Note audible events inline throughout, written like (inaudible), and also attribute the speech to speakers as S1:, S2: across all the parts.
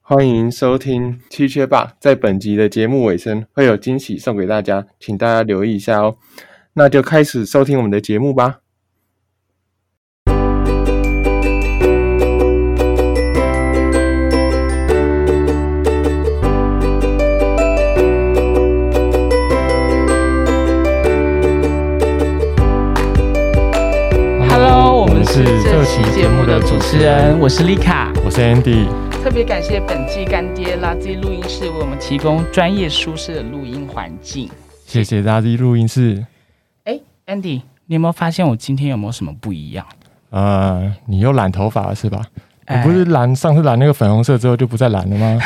S1: 欢迎收听七缺吧，在本集的节目尾声会有惊喜送给大家，请大家留意一下哦。那就开始收听我们的节目吧。
S2: Hello，我们
S3: 们
S2: 是
S3: 是
S2: 这
S3: 这
S2: 期
S3: 期
S2: 节
S3: 节
S2: 目
S3: 目
S2: 的
S3: 的
S2: 主
S3: 主
S2: 持
S3: 持
S2: 人，
S3: 人
S2: 我是 Lika。
S1: 我是 Andy，
S2: 特别感谢本季干爹垃圾录音室为我们提供专业舒适的录音环境。
S1: 谢谢垃圾录音室。
S2: 哎，Andy，你有没有发现我今天有没有什么不一样？
S1: 呃，你又染头发了是吧？
S2: 哎
S1: 你不是染上次染那个粉红色之后就不再染了吗？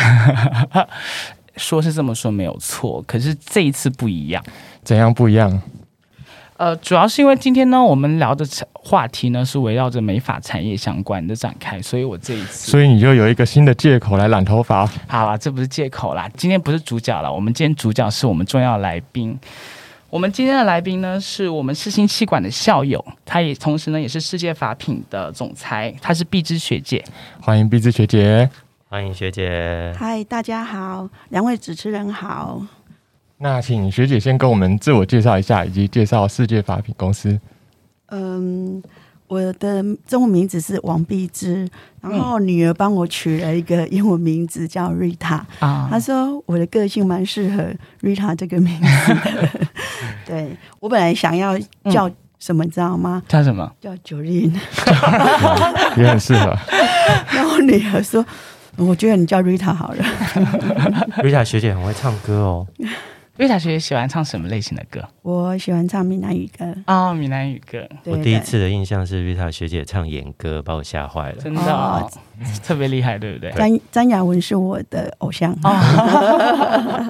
S2: 说是这么说没有错，可是这一次不一样。
S1: 怎样不一样？
S2: 呃，主要是因为今天呢，我们聊的话题呢是围绕着美发产业相关的展开，所以我这一次
S1: 所以你就有一个新的借口来染头发。
S2: 好啦，这不是借口啦，今天不是主角了，我们今天主角是我们重要来宾。我们今天的来宾呢，是我们世新气管的校友，他也同时呢也是世界法品的总裁，他是碧芝学姐。
S1: 欢迎碧芝学姐。
S3: 欢迎学
S4: (laughs)
S3: 姐。
S4: 嗨，大家好，两位主持人好。
S1: 那请学姐先跟我们自我介绍一下，以及介绍世界法品公司。
S4: 嗯，我的中文名字是王碧芝，然后女儿帮我取了一个英文名字叫 Rita。
S2: 啊
S4: 她说我的个性蛮适合 Rita 这个
S3: (laughs)
S4: 名字的。对我本来想要叫什么，你知道吗？
S2: 叫什么？
S4: 叫 Jolin。
S1: 也很适合。
S4: 然后女儿说。我觉得你叫 Rita 好了，
S3: 瑞塔学姐很会唱歌哦，
S2: 瑞塔学姐喜欢唱什么类型的歌？
S4: 我喜欢唱闽南语歌。
S2: 啊、闽南语歌，
S4: 对
S3: 我第一次的印象是瑞塔学姐唱演歌，把我吓坏了。
S2: 真的、哦
S4: 哦
S2: 特别厉害，对不对？
S4: 张张雅文是我的偶像。
S2: 哦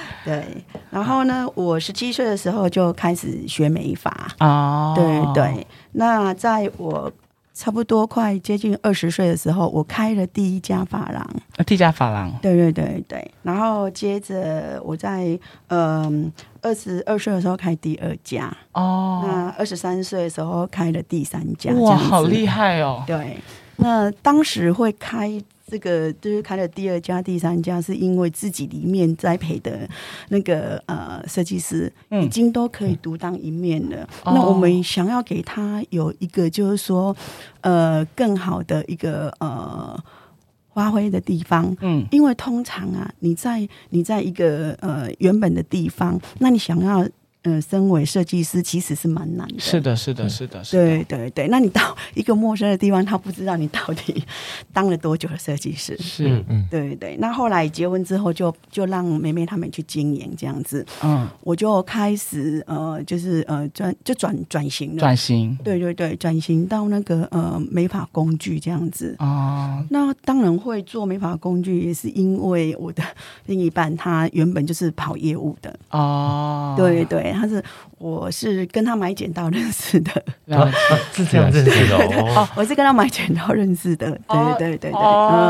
S4: (laughs) 对，然后呢，我十七岁的时候就开始学美发。
S2: 啊、
S4: 对，对，那在我差不多快接近二十岁的时候，我开了第一家发廊。
S2: 那地下发廊
S4: 对对对对，然后接着我在嗯二十二岁的时候开第二家，
S2: 哦，
S4: 那二十三岁的时候开了第三家。嗯这
S2: 哇，
S4: 样子
S2: 好厉害哦！
S4: 对，那当时会开这个，就是开了第二家、第三家，是因为自己里面栽培的那个呃设计师已
S2: 嗯，
S4: 经都可以独当一面了。
S2: 哦
S4: 那我们想要给他有一个，就是说呃更好的一个呃发挥的地方，
S2: 嗯，
S4: 因为通常啊，你在你在一个呃原本的地方，那你想要呃身为设计师，其实是蛮难的。
S2: 是的，是的，是的，是的。
S4: 对对对，那你到一个陌生的地方，他不知道你到底 (laughs) 当了多久的设计师。
S2: 是，
S4: 对对，那后来结婚之后就，就让梅梅他们去经营这样子，
S2: 嗯，
S4: 我就开始呃，就是呃转就转转型了。
S2: 转型
S4: 对对对，转型到那个呃美发工具这样子。
S2: 哦，
S4: 那当然会做美发工具，也是因为我的 (laughs) 另一半他原本就是跑业务的，
S2: 哦，
S4: 对，对，他是我是跟他买剪刀认识的，
S2: 了解
S3: 是这样认识的
S4: (laughs)
S3: 哦。
S4: 我是跟他买剪刀认识的，
S2: 哦
S4: 对对对对，嗯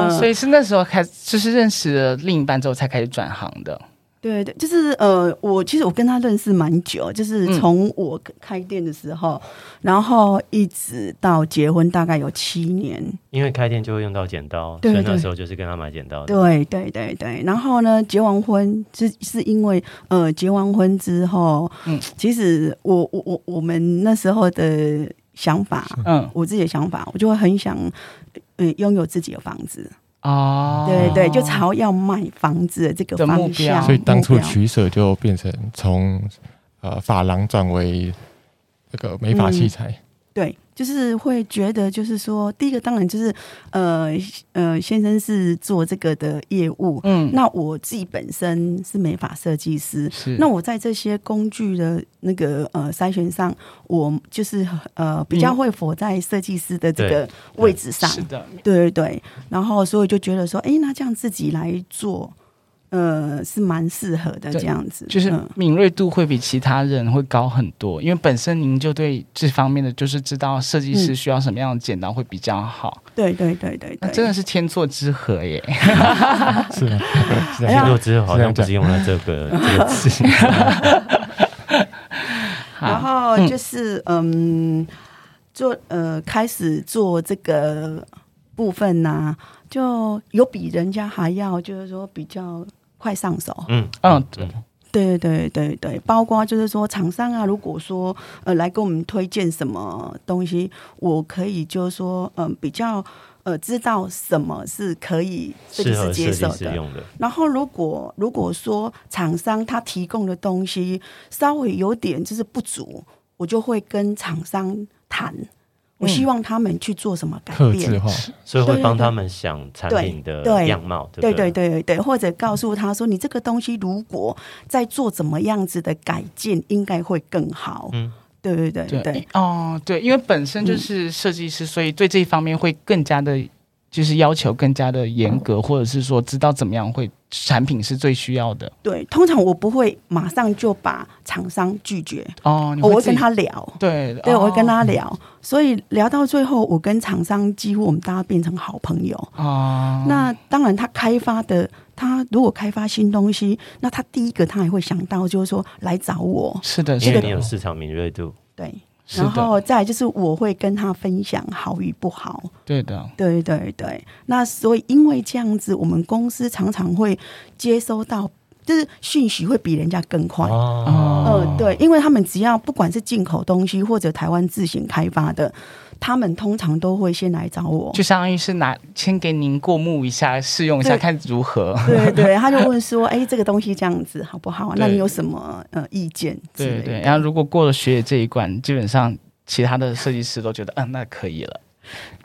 S2: 哦，所
S4: 以
S2: 以是那时候开，就是认识了另一半之后才开始转行的。
S4: 对对，就是呃，我其实我跟他认识蛮久，就是从我开店的时候，然后一直到结婚，大概有七年。
S3: 因为开店就会用到剪刀，所
S4: 对
S3: 以那
S4: 对
S3: 时候就是跟她买剪刀的。
S4: 对对对对，然后呢，结完婚是是因为呃，结完婚之后，
S2: 嗯
S4: 嗯，其实我我我我们那时候的想法，
S2: 嗯，
S4: 我自己的想法，我就会很想。嗯，拥有自己的房子，
S2: 哦，
S4: 对对，就朝要卖房子的这个
S2: 的目
S4: 方
S2: 标
S4: 向。
S1: 所以当初
S4: 目标
S1: 取舍就变成从呃发廊转为这个美发器材。
S4: 对，就是会觉得，就是说，第一个当然就是，呃呃，先生是做这个的业务，
S2: 嗯，
S4: 那我自己本身是美发设计师，
S2: 是
S4: 那我在这些工具的那个呃筛选上，我就是呃比较会佛在设计师的这个位置上，
S2: 是的，
S4: 对对对，然后所以就觉得说，哎，那这样自己来做，呃，是蛮适合的
S2: 对
S4: 这样子，
S2: 就是
S4: 嗯
S2: 敏锐度会比其他人会高很多，因为本身您就对这方面的就是知道设计师
S4: 嗯
S2: 需要什么样的剪刀会比较好，
S4: 对对对对
S2: 那
S4: 对，
S2: 真的是天作之合耶。
S1: 是啊， (laughs) 是啊
S4: 哎呀
S3: 其实我之后好像不是用了这个这个
S4: (laughs) 啊
S3: 词，
S2: 嗯
S4: 然后嗯就是嗯，做呃开始做这个部分呐、就有比人家还要，就是说比较快上手。
S3: 嗯
S2: 嗯
S4: 对对对对对，包括就是说厂商啊，如果说呃来给我们推荐什么东西，我可以就是说嗯、比较呃知道什么是可以设计
S3: 适合
S4: 师接
S3: 设
S4: 受
S3: 计师
S4: 的。
S3: 用的，
S4: 然后如果如果说厂商他提供的东西稍微有点就是不足，我就会跟厂商谈，我希望他们去做什么改
S1: 克
S4: 变。
S1: 制化，
S3: 所以会
S4: 对
S3: 帮
S4: 对
S3: 他们想产
S4: 对
S3: 品的
S4: 对
S3: 样貌，对
S4: 对
S3: 不
S4: 对对对对，或者告诉他说，你这个东西如果在做怎么样子的改进，应该会更好。
S3: 嗯
S4: 对对对对嗯
S2: 对，哦，对，因为本身就是设计师，所以对这一方面会更加的，就是要求更加的严格，或者是说知道怎么样会产品是最需要的。
S4: 对通常我不会马上就把厂商拒绝，
S2: 哦，你
S4: 我会
S2: 自己
S4: 跟他聊。
S2: 对
S4: 对，我会跟
S2: 哦
S4: 他聊，所以聊到最后，我跟厂商几乎我们大家变成好朋友。
S2: 哦，
S4: 那当然，他开发的，他如果开发新东西，那他第一个他也会想到，就是说来找我，
S2: 是的，
S3: 因
S2: 是
S3: 为
S2: 的，
S3: 你有市场敏锐度，
S4: 对。
S2: 是
S4: 然
S2: 的，
S4: 后再来就是我会跟他分享好与不好，
S2: 对的，
S4: 对对对。那所以因为这样子，我们公司常常会接收到，就是讯息会比人家更快。
S3: 哦，
S4: 呃，对，因为他们只要不管是进口东西或者台湾自行开发的，他们通常都会先来找我。
S2: 就相当于是拿先给您过目一下，试用一下，
S4: 对
S2: 看如何。 (laughs)
S4: 对对，他就问说：“哎，这个东西这样子好不好啊？那
S2: 对
S4: 你有什么呃意见之类
S2: 对
S4: 的？”
S2: 对，然后如果过了学姐这一关，基本上其他的设计师都觉得，嗯，那可以了。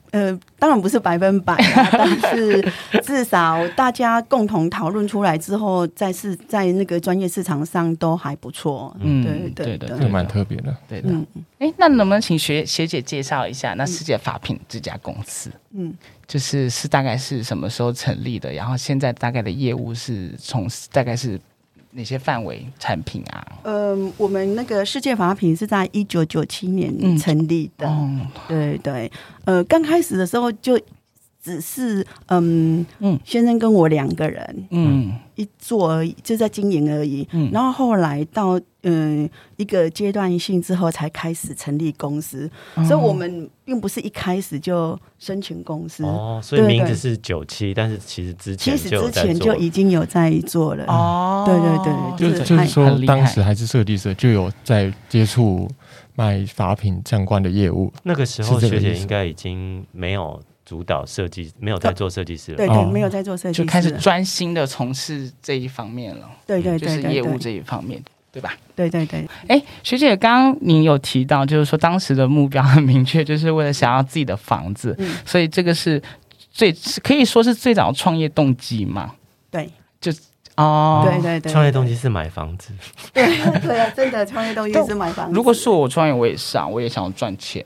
S4: 呃，当然不是百分百啊、但是至少大家共同讨论出来之后，在市在那个专业市场上都还不错。
S2: 嗯，
S4: 对
S2: 对
S4: 对
S2: 的，
S4: 对
S1: 这个
S2: 对
S1: 蛮
S2: 的，
S1: 特别的。
S2: 对的。
S4: 嗯，
S2: 哎，那能不能请学学姐介绍一下那世界法品这家公司？
S4: 嗯，
S2: 就是是大概是什么时候成立的？然后现在大概的业务是从大概是哪些范围产品啊？
S4: 呃，我们那个世界法品是在一九九七
S2: 嗯
S4: 年成立的，
S2: 嗯，
S4: 对对。呃，刚开始的时候就只是嗯
S2: 嗯
S4: 嗯，先生跟我两个人
S2: 嗯
S4: 一做而已，就在经营而已。
S2: 嗯
S4: 然后后来到嗯、一个阶段性之后，才开始成立公司。
S2: 哦嗯
S4: 所以我们并不是一开始就申请公司，
S3: 哦，所以
S4: 对
S3: 名字
S4: 对
S3: 是九七，但是其实之前
S4: 其实
S3: 就有
S4: 之
S3: 在
S4: 前
S3: 做
S4: 就已经有在做了。
S2: 哦，
S4: 对对
S1: 就
S4: 对对
S1: 就
S4: 还
S1: 是说
S2: 很，厉害
S1: 当时还是设计师，就有在接触卖法品相关的业务。
S3: 那个时候
S1: 是这个
S3: 学
S1: 意
S3: 姐
S1: 思
S3: 应该已经没有主导设计，没有在做设计师了。
S4: 对
S1: 哦
S4: 对，没有在做设计
S2: 就
S4: 师，
S2: 开始专心的从事这一方面了，
S4: 对对
S2: 就
S4: 对
S2: 是
S4: 对
S2: 业务
S4: 对
S2: 这一方面，对吧？
S4: 对对对，
S2: 哎，学姐，刚刚您有提到，就是说当时的目标很明确，就是为了想要自己的房子，
S4: 嗯
S2: 所以这个是最是可以说是最早的创业动机嘛？
S4: 对
S2: 哦，
S4: 对对对，
S3: 创业动机是买房子，
S4: (laughs) 对对啊，真的创业动
S2: 但
S4: 机是买房子。
S2: 如果是我创业，我也是啊，我也想要赚钱，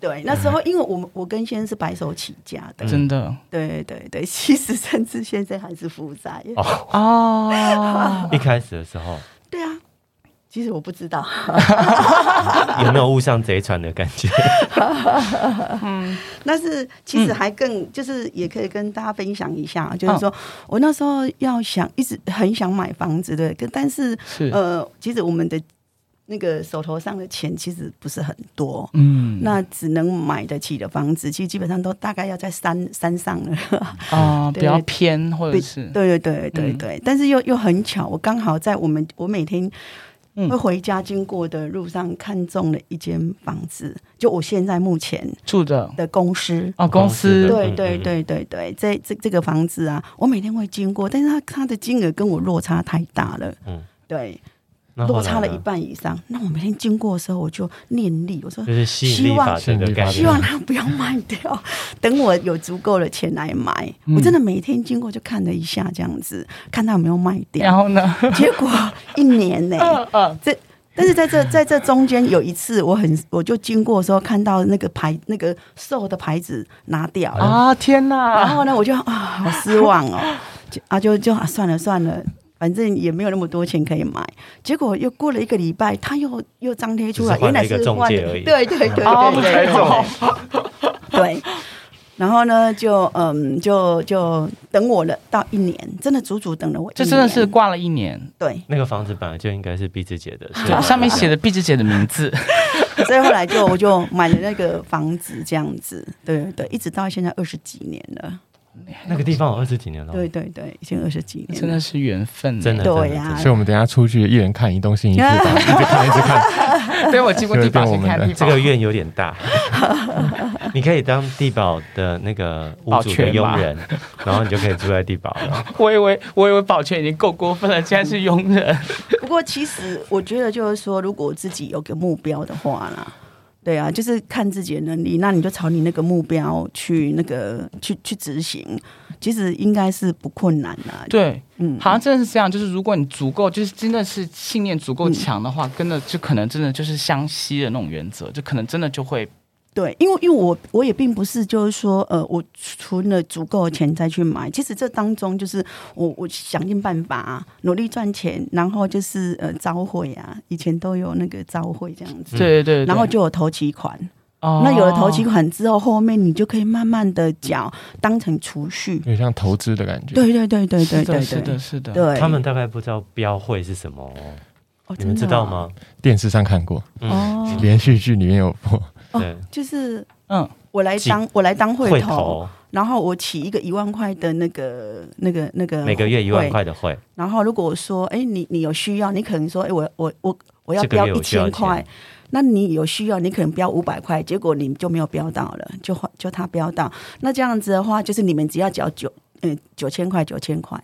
S4: 对那时候，因为我们我跟先生是白手起家的，
S2: 真的
S4: 对对对，其实甚至先生还是负债。
S3: 哦
S2: 哦。
S3: 一开始的时候
S4: 对啊，其实我不知道，
S3: 有没有误上贼船的感觉？
S4: 但是其实
S2: 嗯
S4: 还更、就是也可以跟大家分享一下，
S2: 哦
S4: 就是说、我那时候要想一直很想买房子的，跟但是
S2: 是，
S4: 呃，其实我们的那个手头上的钱其实不是很多。
S2: 嗯
S4: 那只能买得起的房子，其实基本上都大概要在山 (laughs) 山上了。
S2: 哦，比
S4: 对
S2: 较偏或者
S4: 对
S2: 是
S4: 对对对对
S2: 嗯
S4: 对，但是又又很巧，我刚好在我们我每天
S2: 嗯
S4: 会回家经过的路上看中了一间房子，就我现在目前
S2: 住的
S4: 的公司。
S2: 哦公司
S3: 公司
S4: 对
S3: 嗯
S4: 对
S3: 嗯
S4: 对对对，这这这个房子啊，我每天会经过，但是它它的金额跟我落差太大了，
S3: 嗯
S4: 对，
S3: 那后
S4: (laughs) 落
S3: 来
S4: 差了
S3: 呢
S4: 一，半以上。那我每天经过的时候，我就念力，我说
S3: 就是吸引力法则的概
S4: 希
S3: 念。
S4: 望它不要卖掉，等我有足够的钱来买。
S2: 嗯
S4: 我真的每天经过就看了一下，这样子看它有没有卖掉
S2: 然。后呢，
S4: 结果一
S3: (laughs)
S4: 年呢、
S2: 嗯嗯
S4: 但是在这在这中间有一次，我很我就经过的时候看到那个牌那个售的牌子拿掉，
S2: 啊天哪，
S4: (laughs) 然后呢我就啊好失望哦，就啊就就啊算了算了。反正也没有那么多钱可以买，结果又过了一个礼拜，他又又张贴出来，
S3: 只是换
S4: 原
S3: 了
S4: 来
S3: 一个
S4: 是
S3: 中
S4: 换
S3: 介
S4: 了
S3: 而已
S4: 对对对
S2: 哦
S4: 对
S2: 才
S4: 对
S2: 懂
S4: 对。然后呢，就嗯，就就等我了，到一年，真的足足等了我一
S2: 这
S4: 年，
S2: 真的是挂了一年，
S4: 对， (laughs)
S3: 那个房子本来就应该是碧芝姐的，
S2: 对，上面写
S3: 的
S2: 的碧芝姐的名字，
S4: 所以后来就我就买了那个房子，这样子，对对对，一直到现在二十几年了，
S3: 那个地方有二十几年了，哦
S4: 对对对，已经二十几年
S2: 真
S4: 了，
S2: 的是缘分，
S3: 真的
S4: 对呀、
S1: 所以我们等一下出去，一人看一栋新一区
S4: (laughs)
S1: 吧，一直看一直看。
S2: 对我经过地保先看地
S1: 这
S2: 保
S3: 这个愿有点大。 (laughs) 你可以当地保的那个屋主的佣人，然后你就可以住在地保了。
S2: 我以为我以为保全已经够过分了，竟然是佣人。
S4: (laughs) 不过其实我觉得就是说，如果自己有个目标的话啦，对啊，就是看自己的能力，那你就朝你那个目标去那个去去执行，其实应该是不困难啦。，
S2: 对，
S4: 嗯
S2: 好像真的是这样。就是如果你足够，就是真的是信念足够强的话，真的就可能真的就是相吸的那种原则，就可能真的就会
S4: 对，因为因为我我也并不是就是说呃，我存了足够的钱再去买，其实这当中就是我我想尽办法、啊努力赚钱，然后就是呃招会啊，以前都有那个招会这样子，
S2: 对对对。
S4: 然后就有头期款。
S2: 哦
S4: 那有了头期款之后，后面你就可以慢慢的缴，当成储蓄。
S1: 有点像投资的感觉。
S4: 对对对对
S2: 是的，
S4: 对对对，
S2: 是的，是的。
S4: (laughs) 对，
S3: 他们大概不知道标会是什么哦、
S4: 哦
S3: 你们知道？吗？嗯
S1: 电视上看过，
S4: 真的哦哦，
S1: 连续剧里面有
S4: (laughs)
S1: 播。
S3: 对，
S4: 就是
S2: 嗯，
S4: 我来
S3: 几
S4: 当我来当
S3: 会
S4: 哦头，
S3: 投
S4: 然后我起一个一万块的那个那个那个
S3: 每个月一万
S4: 会，
S3: 块的会，
S4: 然后如果我说哎你你有需要，你可能说哎我我我我要
S3: 这个
S4: 标
S3: 月
S4: 一
S3: 我需要
S4: 千
S3: 钱
S4: 块。那你有需要，你可能标五百块，结果你就没有标到了，就花就他标到。那这样子的话，就是你们只要缴九嗯九千块，九千块，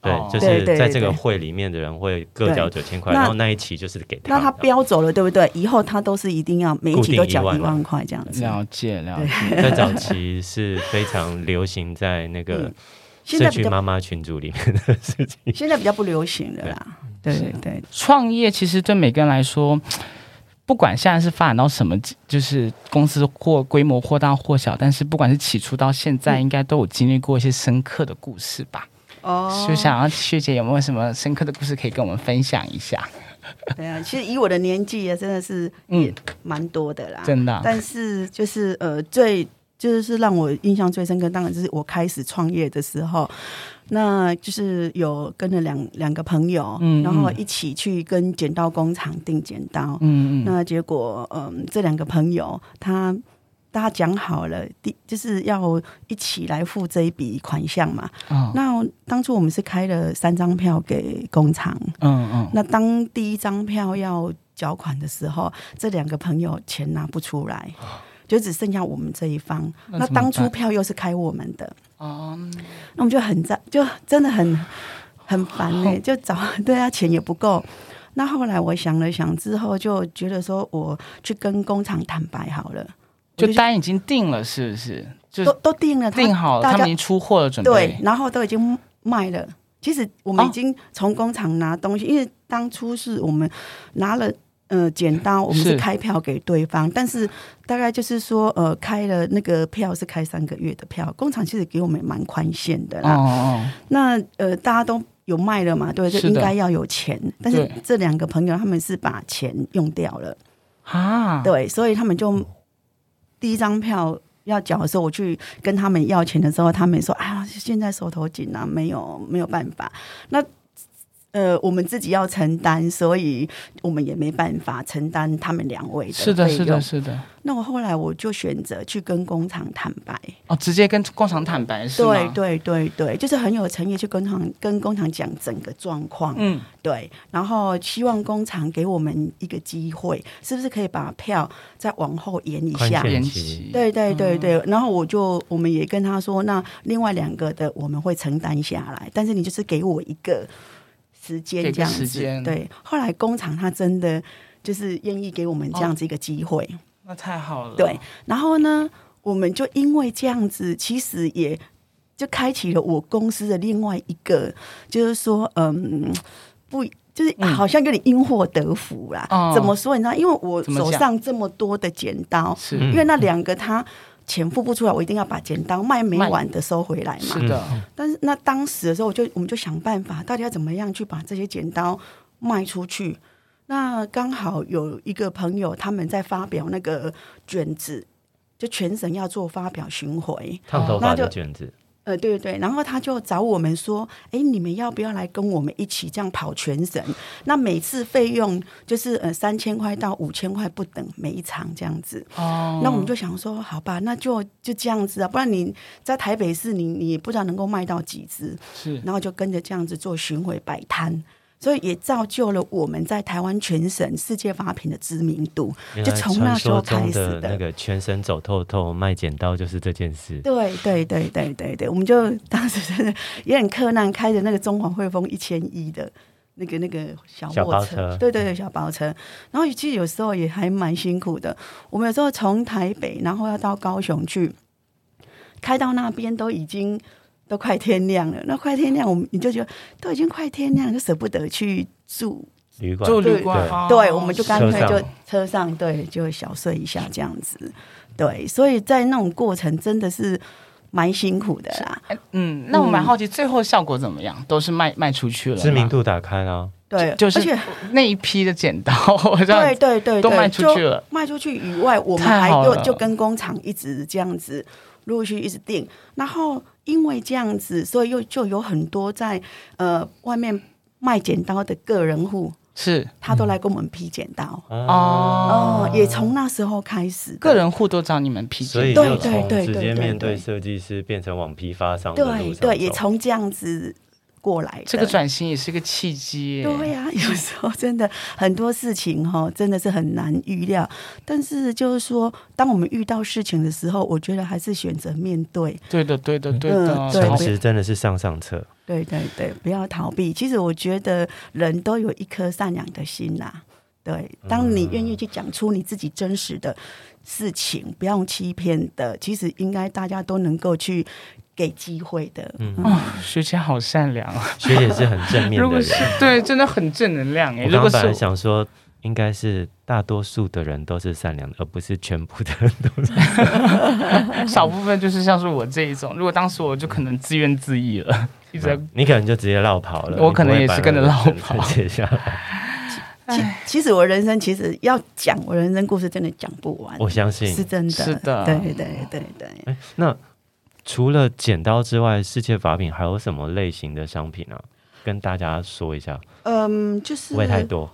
S3: 对
S2: 哦，
S3: 就
S4: 对
S3: 是
S4: 对
S3: 在这
S4: 对
S3: 个会里面的人会各交九千块，
S4: 那
S3: 然后那一期就是给他
S4: 那
S3: 的。
S4: 他标走了，对不对？以后他都是一定要每一期都
S3: 固
S4: 缴
S3: 定
S4: 一
S3: 1万
S4: 万块这样子。
S2: 了解了解。嗯
S3: 在早期是非常流行在那个
S4: (laughs) 嗯现
S3: 社
S4: 在比
S3: 区
S4: 较
S3: 妈妈群组里面的事
S2: (laughs)
S3: 情。
S2: 哦
S4: 现在比较不流行了啦。对对对，
S2: 创业其实对每个人来说，不管现在是发展到什么，就是公司或规模或大或小，但是不管是起初到现
S4: 嗯
S2: 在，应该都有经历过一些深刻的故事吧。
S4: 哦
S2: 就想要学姐有没有什么深刻的故事可以跟我们分享一下？
S4: 对啊，其实以我的年纪也真的是
S2: 嗯，
S4: 蛮多的啦。
S2: 真的啊、
S4: 但是就是呃，最就是让我印象最深刻，当然就是我开始创业的时候，那就是有跟了两两个朋友，
S2: 嗯
S4: 然后
S2: 嗯
S4: 一起去跟剪刀工厂订剪刀，
S2: 嗯嗯，
S4: 那结果，嗯，这两个朋友他大家讲好了，第就是要一起来付这一笔款项嘛。
S2: 嗯
S4: 那当初我们是开了三张票给工厂，
S2: 嗯嗯，
S4: 那当第一张票要缴款的时候，这两个朋友钱拿不出来。就只剩下我们这一方，
S2: 哦那
S4: 那
S2: 怎么
S4: 当初
S2: 办
S4: 票又是开我们的，
S2: 哦，
S4: 嗯那我们就很在，就真的很很烦呢、就找对啊，钱也不够。那后来我想了想之后，就觉得说我去跟工厂坦白好了，
S2: 就
S4: 我
S2: 单已经定了，是不是？就
S4: 都都定了，他
S2: 定好了，
S4: 大
S2: 他
S4: 家
S2: 们已经出货了，准
S4: 对
S2: 备，。
S4: 然后都已经卖了。其实我们
S2: 哦
S4: 已经从工厂拿东西，因为当初是我们拿了。呃，剪刀我们
S2: 是
S4: 是开票给对方，但是大概就是说，呃，开了那个票是开三个月的票，工厂其实给我们蛮宽限的
S2: 哦
S4: 啦。
S2: 哦，
S4: 那呃，大家都有卖了嘛，对，就是应
S2: 的
S4: 该要有钱。但是
S2: 对
S4: 这两个朋友他们是把钱用掉了，
S2: 哦啊，
S4: 对，所以他们就第一张票要缴的时候，我去跟他们要钱的时候，他们说啊，现在手头紧啊，没有没有办法。那呃，我们自己要承担，所以我们也没办法承担他们两位的
S2: 是的，
S4: 费
S2: 是的，
S4: 用
S2: 是的。
S4: 那我后来我就选择去跟工厂坦白。
S2: 哦，直接跟工厂坦白是吗？
S4: 对对对对，就是很有诚意去跟厂跟工厂讲整个状况，
S2: 嗯，
S4: 对，然后希望工厂给我们一个机会，是不是可以把票再往后延一
S3: 宽
S4: 下？
S3: 限
S2: 延
S3: 期
S2: 期，
S4: 对对对对，然后我就我们也跟他说，那另外两个的我们会承担下来，但是你就是给我一个时
S2: 给
S4: 间
S2: 个
S4: 这样
S2: 时
S4: 子
S2: 间。
S4: 对，后来工厂他真的就是愿意给我们这样子一个机会，
S2: 那太好了。
S4: 对，然后呢，我们就因为这样子，其实也就开启了我公司的另外一个，就是说，嗯，不。就是
S2: 嗯
S4: 好像有点因祸得福啦、
S2: 哦
S4: 怎么说？你知道，因为我
S2: 怎么
S4: 手
S2: 讲
S4: 上这么多的剪刀，
S2: 是、
S3: 嗯
S4: 因为那两个他钱付不出来，我一定要把剪刀卖没完的收回来嘛。
S2: 是的，
S3: 嗯
S4: 但是那当时的时候，我就我们就想办法，到底要怎么样去把这些剪刀卖出去。那刚好有一个朋友他们在发表那个卷子，就全省要做发表巡回，
S3: 烫头发
S4: 那
S3: 的
S4: 就
S3: 卷子，
S4: 呃，对对对，然后他就找我们说，哎，你们要不要来跟我们一起这样跑全省？那每次费用就是呃三千块到五千块不等，每一场这样子。
S2: 哦
S4: 那我们就想说，好吧，那就就这样子啊，不然你在台北市你你不知道能够卖到几只，
S2: 是
S4: 然后就跟着这样子做巡回摆摊。所以也造就了我们在台湾全省世界法品的知名度，
S3: 原
S4: 就
S3: 来
S4: 从那
S3: 传
S4: 时候
S3: 说
S4: 开
S3: 中
S4: 始
S3: 的那个全身走透透卖剪刀就是这件事。
S4: 对对对对对对，我们就当时真的也很柯南开着那个中华汇丰一千一的那个那个小
S3: 小
S4: 货
S3: 包车
S4: 对对对小包车。然后其实有时候也还蛮辛苦的，我们有时候从台北，然后要到高雄去，开到那边都已经。都快天亮了，那快天亮，我们你就觉得都已经快天亮了，就舍不得去住，
S3: 旅馆
S2: 住旅馆
S3: 对，
S2: 哦
S4: 对，我们就干脆
S3: 车上
S4: 就车上对，就小睡一下这样子，对，所以在那种过程真的是蛮辛苦的啦，
S2: 嗯，那我蛮好奇最后效果怎么样？都是卖卖出去了吗，
S3: 知名度打开了，
S4: 对，
S2: 就是
S4: 而且
S2: 那一批的剪刀，我这样
S4: 对对对，
S2: 都
S4: 对
S2: 卖出去了，
S4: 就卖出去以外，我们
S2: 太
S4: 还
S2: 好
S4: 又
S2: 了
S4: 就跟工厂一直这样子陆续一直订，然后因为这样子，所以又就有很多在呃外面卖剪刀的个人户，
S2: 是
S4: 他
S3: 嗯
S4: 都来跟我们批剪刀。
S3: 啊
S2: 哦
S4: 哦，也从那时候开始的，
S2: 个人户都找你们批
S3: 所以
S2: 剪
S3: 就
S2: 刀，
S4: 对对
S3: 从直
S4: 对
S3: 接
S4: 对对
S3: 面对
S4: 对
S3: 设计师变成往批发商的路
S4: 对
S3: 上
S4: 对，也
S3: 走
S4: 从这样子过来的。
S2: 这个转型也是个契机耶。
S4: 对呀、有 (laughs) 时候真的很多事情哈、真的是很难预料。但是就是说，当我们遇到事情的时候，我觉得还是选择面对。
S2: 对的，对的，对的，
S4: 嗯对
S3: 当
S2: 好
S3: 时真的是上上策。
S4: 对对对，不要逃避。其实我觉得人都有一颗善良的心呐、对，当你愿意去讲出你自己真实的事情，不要用欺骗的，其实应该大家都能够去给机会的。嗯，
S2: 哦学姐好善良啊！
S3: 学姐是很正面
S2: 如
S3: 的
S2: 果是
S3: 人。
S2: 对，真的很正能量哎。
S3: 我
S2: 如
S3: 刚
S2: 果
S3: 刚
S2: 是
S3: 本来想说，应该是大多数的人都是善良的，而不是全部的人都是。
S2: 少部分，就是像是我这一种，如果当时我就可能自怨自艾
S3: 嗯
S2: 了，一直在
S3: (laughs) 你可能就直接绕跑了。
S2: 我
S3: 你
S2: 可能
S3: 不会
S2: 也
S3: 把
S2: 是跟着
S3: 那个
S2: 绕
S3: 人
S2: 跑
S3: 承接下
S2: (laughs)
S3: 来，
S4: 其其实我人生其实要讲我人生故事，真的讲不完。
S3: 我相信
S4: 是真的，
S2: 是的
S4: 对对对对。
S3: 哎，那除了剪刀之外，世界法品还有什么类型的商品呢、啊跟大家说一下，
S4: 嗯，就是
S3: 不会太多。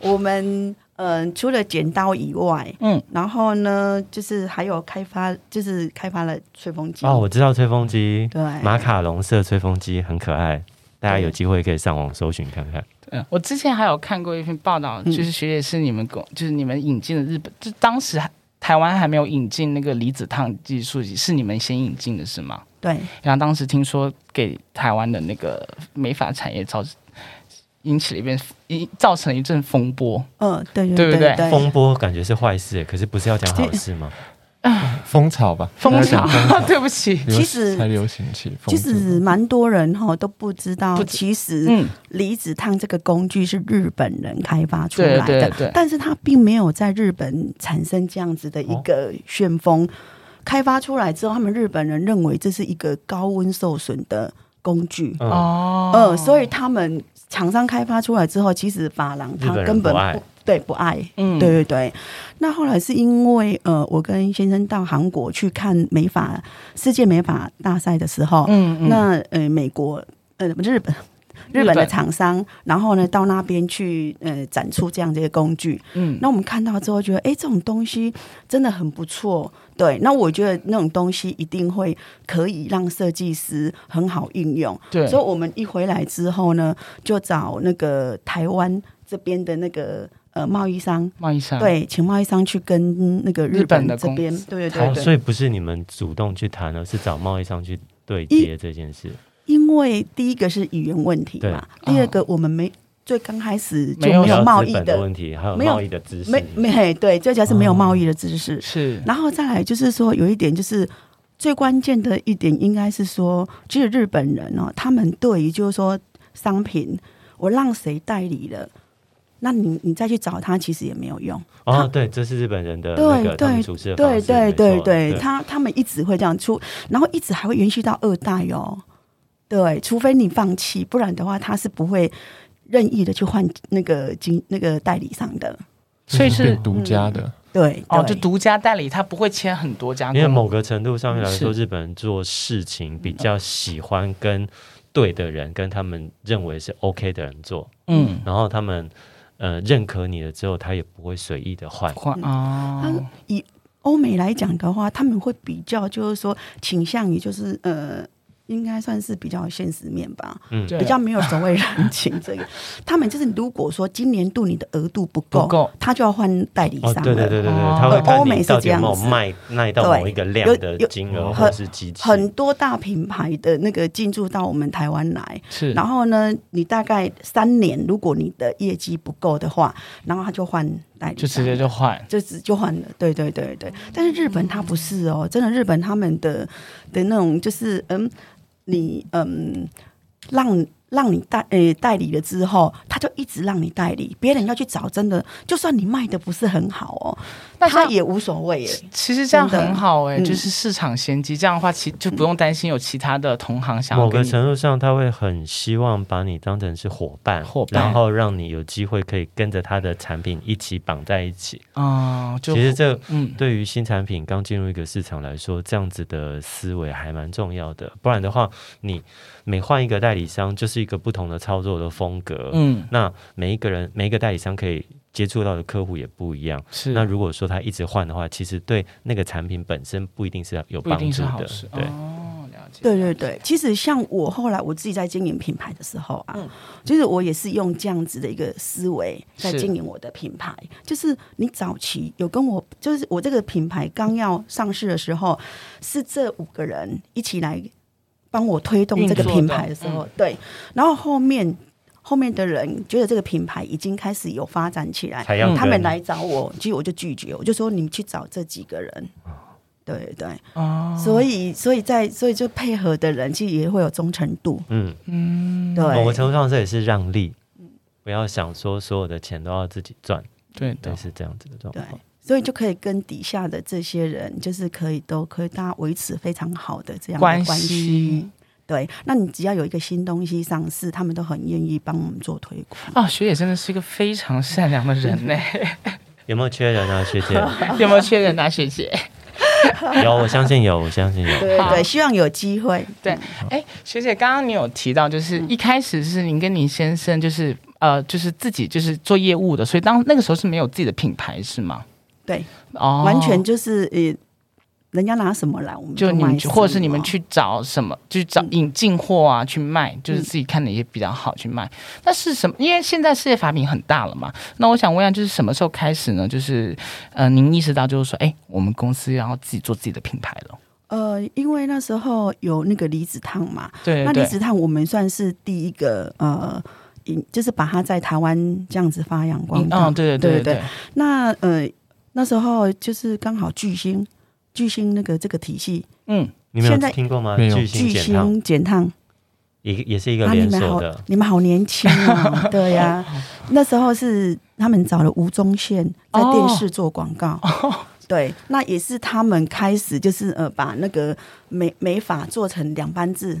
S4: 我们嗯、呃除了剪刀以外，
S2: 嗯，
S4: 然后呢，就是还有开发，就是开发了吹风机
S3: 哦，我知道吹风机，
S4: 对
S3: 马卡龙色吹风机很可爱，大家有机会可以上网搜寻看看。
S2: 嗯，我之前还有看过一篇报道，
S4: 嗯
S2: 就是学姐是你们公，就是你们引进的日本，就当时还台湾还没有引进那个离子烫技术，是你们先引进的是吗？
S4: 对
S2: 然后当时听说给台湾的那个美发产业造引起了一遍，一造成了一阵风波。
S4: 嗯、对
S2: 对不
S4: 对
S2: 对
S3: 风波感觉是坏事，欸可是不是要讲好事吗？
S1: 风潮吧，
S2: 风潮，
S1: 大家讲风
S2: (laughs) 对不起，
S1: 流
S4: 其实
S1: 才流行起风潮，
S4: 其实蛮多人哈都不知道
S2: 不，知
S4: 其实
S2: 嗯，
S4: 离子烫这个工具是日本人开发出来的，
S2: 对对对
S4: 但是它并没有在日本产生这样子的
S2: 哦
S4: 一个旋风。开发出来之后，他们日本人认为这是一个高温受损的工具，
S3: 嗯，
S2: 哦，
S4: 呃，所以他们厂商开发出来之后，其实发廊
S3: 嗯日
S4: 他
S3: 本人
S4: 根本
S3: 不爱
S4: 对不爱，
S2: 嗯
S4: 对对对。那后来是因为呃，我跟先生到韩国去看美法世界美法大赛的时候，
S2: 嗯嗯
S4: 那呃美国呃不日本。日本的厂商，然后呢，到那边去呃展出这样的一个工具，
S2: 嗯，
S4: 那我们看到之后觉得，哎，这种东西真的很不错。对，那我觉得那种东西一定会可以让设计师很好运用。
S2: 对，
S4: 所以我们一回来之后呢，就找那个台湾这边的那个呃贸易商，
S2: 贸易商，
S4: 对，请贸易商去跟那个
S2: 啊日本的
S4: 这
S2: 公
S4: 边
S2: 司，
S4: 对对
S3: 哦，
S4: 对
S3: 所
S4: 对，
S3: 以不是你们主动去谈，而是找贸易商去对接这件事。
S4: 因为第一个是语言问题嘛，
S2: 对
S4: 第二个我们没最刚开始就
S2: 没有
S4: 没有贸易
S3: 还有资本的
S4: 的，
S3: 问题，还有
S4: 没有
S3: 贸易的知识，
S4: 没没嘿对，最主要是没有贸易的知识。
S2: 是
S4: 然后再来就是说，有一点就是最关键的一点，应该是说，其实日本人哦，他们对于就是说商品，我让谁代理了，那你你再去找他，其实也没有用。
S3: 哦，
S4: 他
S3: 对，这是日本人的那
S4: 对
S3: 个他们
S4: 对
S3: 处事的方
S4: 对
S3: 式，
S4: 对
S3: 没
S4: 对
S3: 错
S4: 对，他他们一直会这样出，然后一直还会延续到二代哦。对，除非你放弃，不然的话他是不会任意的去换那个经那个代理商的。
S2: 所以
S1: 就是变独家的，
S4: 对
S2: 哦，
S4: 对
S2: 就独家代理，他不会签很多家
S3: 因为
S2: 公
S3: 某
S2: 司。
S3: 个程度上面来说，
S2: 是
S3: 日本人做事情比较喜欢跟对的人，跟他们认为是 OK 的人做，
S2: 嗯，
S3: 然后他们呃认可你了之后，他也不会随意的换。
S4: 嗯
S2: 换
S4: 他
S2: 哦，
S4: 以欧美来讲的话，他们会比较就是说倾向于就是呃，应该算是比较现实面吧，
S3: 嗯，
S2: 对
S4: 比较没有所谓人情
S2: (laughs)
S4: 这个。他们就是如果说今年度你的额度不够，
S2: 不够
S4: 他就要换代理商
S3: 哦，
S4: 了。
S3: 对对对对对，
S2: 哦
S3: 他会
S4: 欧
S3: 看
S4: 美
S3: 你
S4: 是
S3: 到底有没有
S4: 这样子
S3: 卖卖到
S4: 对
S3: 某一个量
S4: 有
S3: 的
S4: 有
S3: 金额
S2: 很
S3: 或是机器，
S4: 很多大品牌的那个进驻到我们台湾来，
S2: 是，
S4: 然后呢，你大概三年，如果你的业绩不够的话，然后他就换代理商，
S2: 就直接就换。
S4: 就只就换了，对对对对。但是日本它不是哦，真的日本他们的的那种就是嗯，你嗯让。让你代呃代理了之后，他就一直让你代理，别人要去找，真的，就算你卖的不是很好哦，
S2: 那
S4: 他
S2: 像
S4: 也无所谓耶。
S2: 其实这样
S4: 真的
S2: 很好哎、
S4: 嗯
S2: 就是市场先机，这样的话其就不用担心有其他的同行想要
S3: 某
S2: 跟
S3: 个
S2: 你。
S3: 程度上，他会很希望把你当成是伙伴，
S2: 伙伴
S3: 然后让你有机会可以跟着他的产品一起绑在一起。
S2: 哦，就
S3: 其实这
S2: 嗯，
S3: 对于新产品刚进入一个市场来说，这样子的思维还蛮重要的。不然的话，你每换一个代理商，就是一个不同的操作的风格。
S2: 嗯
S3: 那每一个人每一个代理商可以接触到的客户也不一样。
S2: 是，
S3: 那如果说他一直换的话，其实对那个产品本身不一定是有
S2: 不一
S3: 帮
S2: 定
S3: 助
S2: 是好
S3: 的
S2: 事。
S3: 对，
S2: 哦，了解。
S4: 对对对，其实像我后来我自己在经营品牌的时候啊，
S2: 嗯
S4: 就是我也是用这样子的一个思维在
S2: 是
S4: 经营我的品牌。就是你早期有跟我，就是我这个品牌刚要上市的时候，是这五个人一起来帮我推动这个品牌的时
S2: 运
S4: 候，
S2: 作的嗯
S4: 对，然后后面。后面的人觉得这个品牌已经开始有发展起来，
S3: 才要
S4: 他们
S3: 跟
S4: 来找我，其实我就拒绝，我就说你们去找这几个人。对对，
S2: 哦，
S4: 所以，所以在，所以就配合的人其实也会有忠诚度，
S3: 嗯，
S2: 嗯，
S4: 对
S3: 某个程度上这也是让利，
S4: 嗯
S3: 不要想说所有的钱都要自己赚，
S2: 对
S3: 对，
S2: 的，
S3: 是这样子的状
S4: 对
S3: 况。，
S4: 所以就可以跟底下的这些人，就是可以都可以大家维持非常好的这样的
S2: 关
S4: 关
S2: 系。
S4: 对，那你只要有一个新东西上市，他们都很愿意帮我们做推广。
S2: 哦，学姐真的是一个非常善良的
S4: (laughs)
S2: 人欸呢、
S3: 有没有缺人啊，学姐？
S2: 有没有缺人啊，学姐？
S3: 有，我相信有，我相信有。
S4: 对
S2: 好
S4: 对，希望有机会。
S2: 对
S4: 嗯，
S2: (laughs) 哎，学姐，刚刚你有提到，就是一开始是您跟您先生，就是呃，就是自己就是做业务的，所以当那个时候是没有自己的品牌是吗？
S4: 对，
S2: 哦，
S4: 完全就是呃，人家拿什么来，我们
S2: 就你
S4: 卖
S2: 们
S4: 什
S2: 去，
S4: 么
S2: 或者是你们去找什么，去找
S4: 嗯
S2: 引进货啊去卖，就是
S4: 嗯
S2: 自己看的也比较好去卖。那是什么？因为现在世界法品很大了嘛，那我想问一下，就是什么时候开始呢？就是呃，您意识到就是说，哎，我们公司要自己做自己的品牌了。
S4: 呃，因为那时候有那个离子烫嘛，
S2: 对
S4: 那
S2: 对
S4: 离子烫我们算是第一个呃。引就是把它在台湾这样子发扬光
S2: 嗯，
S4: 大，
S2: 嗯对
S4: 对
S2: 对
S4: 对
S2: 对，
S4: 那呃，那时候就是刚好巨星，巨星那个这个体系，
S2: 嗯，
S3: 你们
S4: 现在
S3: 有听过吗？
S1: 没有
S3: 巨星
S4: 巨
S3: 减烫，
S4: 星减烫，
S3: 也也是一个
S4: 啊，你
S3: 连
S4: 们
S3: 锁
S4: 好
S3: 的，，
S4: 你们好年轻啊！
S2: (laughs)
S4: 对呀、那时候是他们找了吴宗宪在
S2: 哦
S4: 电视做广告。对，那也是他们开始就是呃，把那个美美发做成两班制，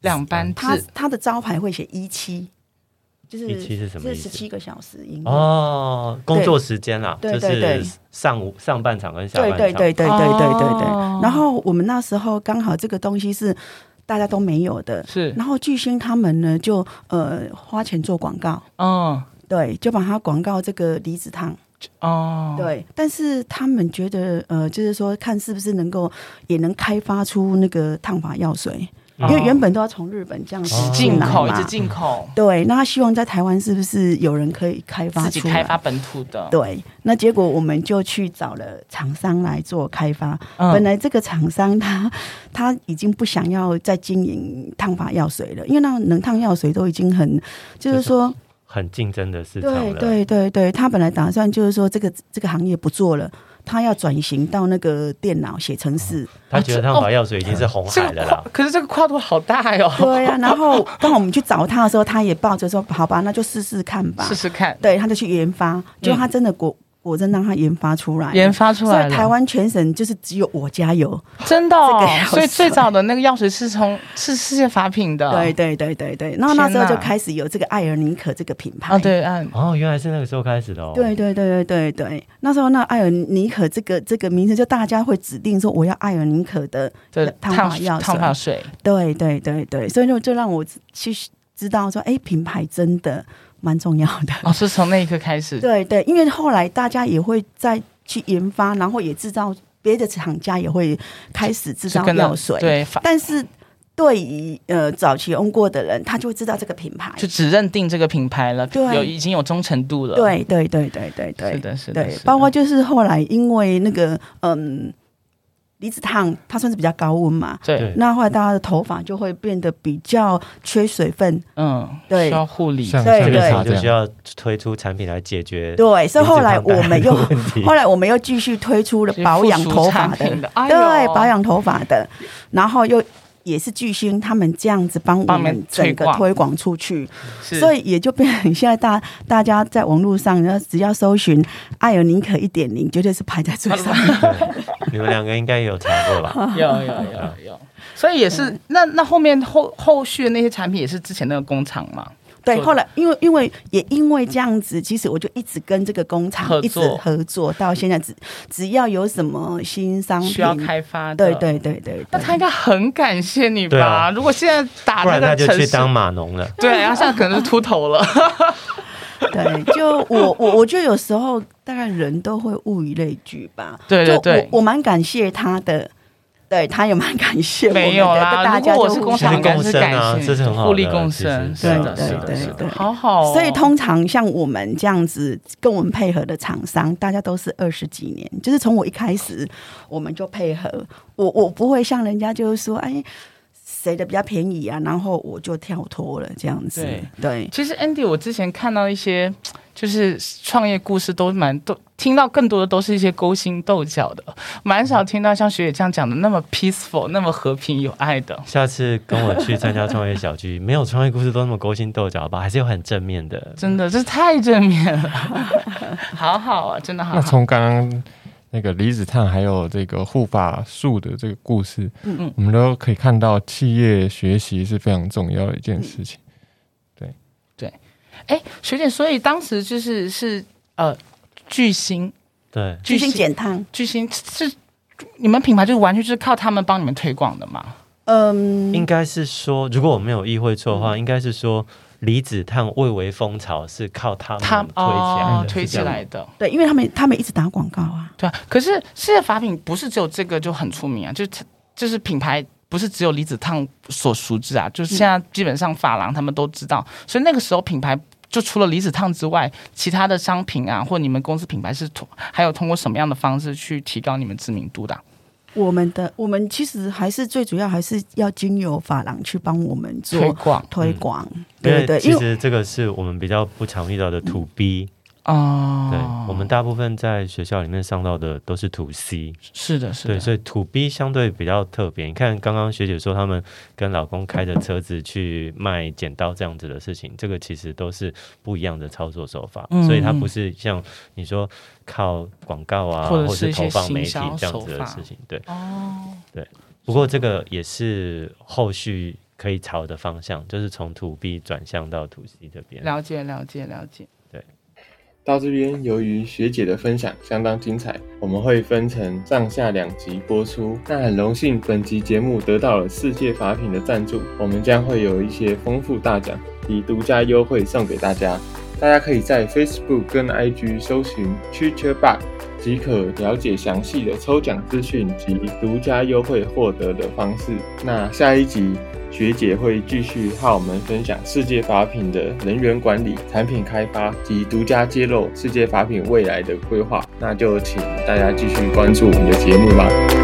S2: 两班
S4: 他
S2: 制
S4: 他的招牌会写一期，就是
S3: 17是什么意思
S4: 十七个小时营业。
S3: 哦，工作时间啦，
S4: 对
S3: 就
S4: 对对
S3: 是上午上半场跟下
S4: 对
S3: 半
S4: 对
S3: 场，
S4: 对对对对对对。
S2: 哦
S4: 然后我们那时候刚好这个东西是大家都没有的，
S2: 是，
S4: 然后巨星他们呢就呃花钱做广告，
S2: 嗯，
S4: 对，就把它广告这个离子烫，
S2: 哦，
S4: 对。但是他们觉得呃，就是说看是不是能够也能开发出那个烫发药水，因
S2: 哦
S4: 为原本都要从日本这样子
S3: 哦
S2: 进口
S4: 来
S2: 一
S4: 嘛
S2: 直进口，
S4: 对，那他希望在台湾是不是有人可以开发
S2: 自己
S4: 出
S2: 开
S4: 来？
S2: 发本土的，
S4: 对，那结果我们就去找了厂商来做开发。
S2: 嗯
S4: 本来这个厂商他他已经不想要再经营烫发药水了，因为那冷烫药水都已经很，就是说，
S3: 很竞争的市场
S4: 对
S3: 了。
S4: 对对对，他本来打算就是说这个这个行业不做了，他要转型到那个电脑写程式。
S3: 他觉得烫
S4: 哦
S3: 发药水已经是红
S2: 这
S3: 海
S2: 个
S3: 了
S2: 跨
S4: (laughs)
S3: 啦，，
S2: 可是这个跨度好大哟，
S4: 对呀、然后 (laughs) 当我们去找他的时候，他也抱着说好吧，那就试试看吧
S2: 试。试看，
S4: 对，他就去研发，就他真的果。果真让它研发出来了，
S2: 嗯研发出来
S4: 所
S2: 了。
S4: 以台湾全省就是只有我家有，
S2: 真的、哦
S4: 这个钥匙
S2: 所以最早的那个钥匙是从是世界法品的，
S4: 对对对对对。然后那时候
S2: 天哪
S4: 就开始有这个艾尔尼可这个品牌，
S2: 啊，对啊，
S3: 哦，原来是那个时候开始的哦。
S4: 对对对对对对，那时候那艾尔尼可这个这个名字，就大家会指定说我要艾尔尼可的
S2: 对
S4: 烫
S2: 烫
S4: 发药
S2: 烫发水，
S4: 对对对对，所以就就让我去知道说，哎，品牌真的蛮重要的。
S2: 哦，是从那一刻开始，
S4: 对对，因为后来大家也会再去研发，然后也制造别的厂家也会开始制
S2: 是
S4: 造
S2: 跟着
S4: 药水，
S2: 对，法
S4: 但是对于呃早期用过的人，他就会知道这个品牌。
S2: 就只认定这个品牌了，
S4: 对
S2: 有已经有忠诚度了，，
S4: 对对对对对对，
S2: 是的，是的，
S4: 对
S2: 是，的
S4: 包括就是后来因为那个嗯离子烫，它算是比较高温嘛，
S2: 对，
S3: 对
S4: 那后来大家的头发就会变得比较缺水分，
S2: 嗯，
S4: 对
S2: 需要护理，
S1: 像
S4: 对
S1: 像
S3: 这
S1: 绿
S3: 个
S4: 对
S3: 厂
S1: 茶
S3: 就
S1: 这
S3: 需
S1: 样，
S3: 要推出产品来解决
S4: 对，所以后来
S3: 离子烫
S4: 我们
S2: (laughs)
S3: 带
S4: 又
S3: 来的问题
S4: 后来我们又继续推出了保养头发
S2: 是附属产品
S4: 的
S2: 的，哎呦
S4: 对，保养头发的，然后又。也是巨星他们这样子帮我
S2: 帮我们
S4: 们整
S2: 推
S4: 个
S2: 广
S4: 推广出去，
S2: 是
S4: 所以也就变成现在大大家在网络上，然后只要搜寻“艾尔宁可一点零”，绝对是排在最
S2: (laughs)
S4: 上面。
S3: 对你们两个应该也有查过吧？
S2: 有有
S3: (laughs)
S2: 有有，所以也
S4: 嗯
S2: 是那那后面后后续的那些产品也是之前那个工厂嘛，
S4: 对，
S2: 做的
S4: 后来因为因为也因为这样子，其实我就一直跟这个工厂
S2: 合作
S4: 一直合作，到现在只只要有什么新商品，
S2: 需要开发的，
S4: 嗯对。对对对
S2: 那
S4: 对，
S2: 他应该很感谢你
S3: 对
S2: 吧？
S3: 啊
S2: 如果现在打
S3: 不
S2: 那
S3: 然
S2: 个
S3: 他就
S2: 城
S3: 去
S2: 市，
S3: 当码农了。
S2: 对，然后现在可能是秃头了。
S4: 对，就我我我觉得有时候大概人都会物以类聚吧。
S2: 对对
S4: 就
S2: 对
S4: 我我蛮感谢他的，对他 (laughs) 也蛮感谢我们的
S2: 没有啦，
S4: 大
S2: 如
S4: 家
S2: 果
S4: 就
S2: 我是工厂人，
S3: 其实
S2: 感
S3: 共
S2: 是
S3: 生
S2: 感
S3: 啊
S2: 谢，
S3: 这是很好的
S2: 互利共生，
S3: 其实啊
S2: 是
S4: 对
S2: 的，
S4: 对
S2: 是的，
S4: 对
S2: 是的
S4: 对
S2: 好好哦。
S4: 所以通常像我们这样子跟我们配合的厂商，大家都是二十几年，就是从我一开始我们就配合，我我不会像人家就是说，哎，谁的比较便宜啊，然后我就跳脱了这样子，
S2: 对
S4: 对
S2: 其实 Andy，我之前看到一些就是创业故事，都蛮都听到更多的都是一些勾心斗角的，蛮少听到像学姐这样讲的那么 peaceful、那么和平有爱的。
S3: 下次跟我去参加创业小聚，没有创业故事都那么勾心斗角吧？还是有很正面的。
S2: 真的，这太正面了， (laughs) 好好啊，真的好
S1: 那
S2: 好。
S1: 从刚刚那个离子烫还有这个护发素的这个故事，
S4: 嗯
S2: 嗯
S1: 我们都可以看到企业学习是非常重要的一件事情。
S2: 哎，学姐，所以当时就是是呃，巨星
S3: 对，
S4: 巨星
S2: 巨星
S4: 减烫，
S2: 巨星是你们品牌就是完全就是靠他们帮你们推广的嘛？
S4: 嗯，
S3: 应该是说，如果我没有意会错的
S2: 嗯
S3: 话，应该是说离子烫蔚为风潮是靠他们推起
S2: 他
S3: 来的，
S2: 哦
S3: 是
S2: 推起
S3: 这样吗。
S2: 来的，
S4: 对，因为他们他们一直打广告啊，
S2: 对啊。可是世界法品不是只有这个就很出名啊，就是它就是品牌不是只有离子烫所熟知啊，就是现在基本上发廊他们都知道，所以那个时候品牌。就除了离子烫之外，其他的商品啊，或你们公司品牌是通，还有通过什么样的方式去提高你们知名度的啊、
S4: 我们的我们其实还是最主要还是要经由法郎去帮我们
S2: 推
S4: 做
S2: 广嗯
S4: 推广，
S3: 因
S4: 对
S3: 为
S4: 对，
S3: 其
S4: 因为
S3: 实这个是我们比较不常遇到的 to B，、
S2: 哦？
S3: 对我们大部分在学校里面上到的都是 to C，
S2: 是的，是
S3: 对，
S2: 的，
S3: 所以 to B 相对比较特别。你看刚刚学姐说他们跟老公开着车子去卖剪刀这样子的事情，这个其实都是不一样的操作手法，
S2: 嗯
S3: 所以它不是像你说靠广告啊，
S2: 或
S3: 或
S2: 者是一些
S3: 投放媒体
S2: 行销
S3: 这样子
S2: 手法
S3: 的事情。对，
S2: 哦，
S3: 不过这个也是后续可以朝的方向，就是从 to B 转向到 to C 这边。
S2: 了解，了解，了解。
S1: 到这边，由于学姐的分享相当精彩，我们会分成上下两集播出。那很荣幸，本集节目得到了世界法品的赞助，我们将会有一些丰富大奖以独家优惠送给大家。大家可以在 Facebook 跟 IG 搜寻 Future Bug，即可了解详细的抽奖资讯及独家优惠获得的方式。那下一集学姐会继续和我们分享世界法品的人员管理、产品开发及独家揭露世界法品未来的规划。那就请大家继续关注我们的节目吧。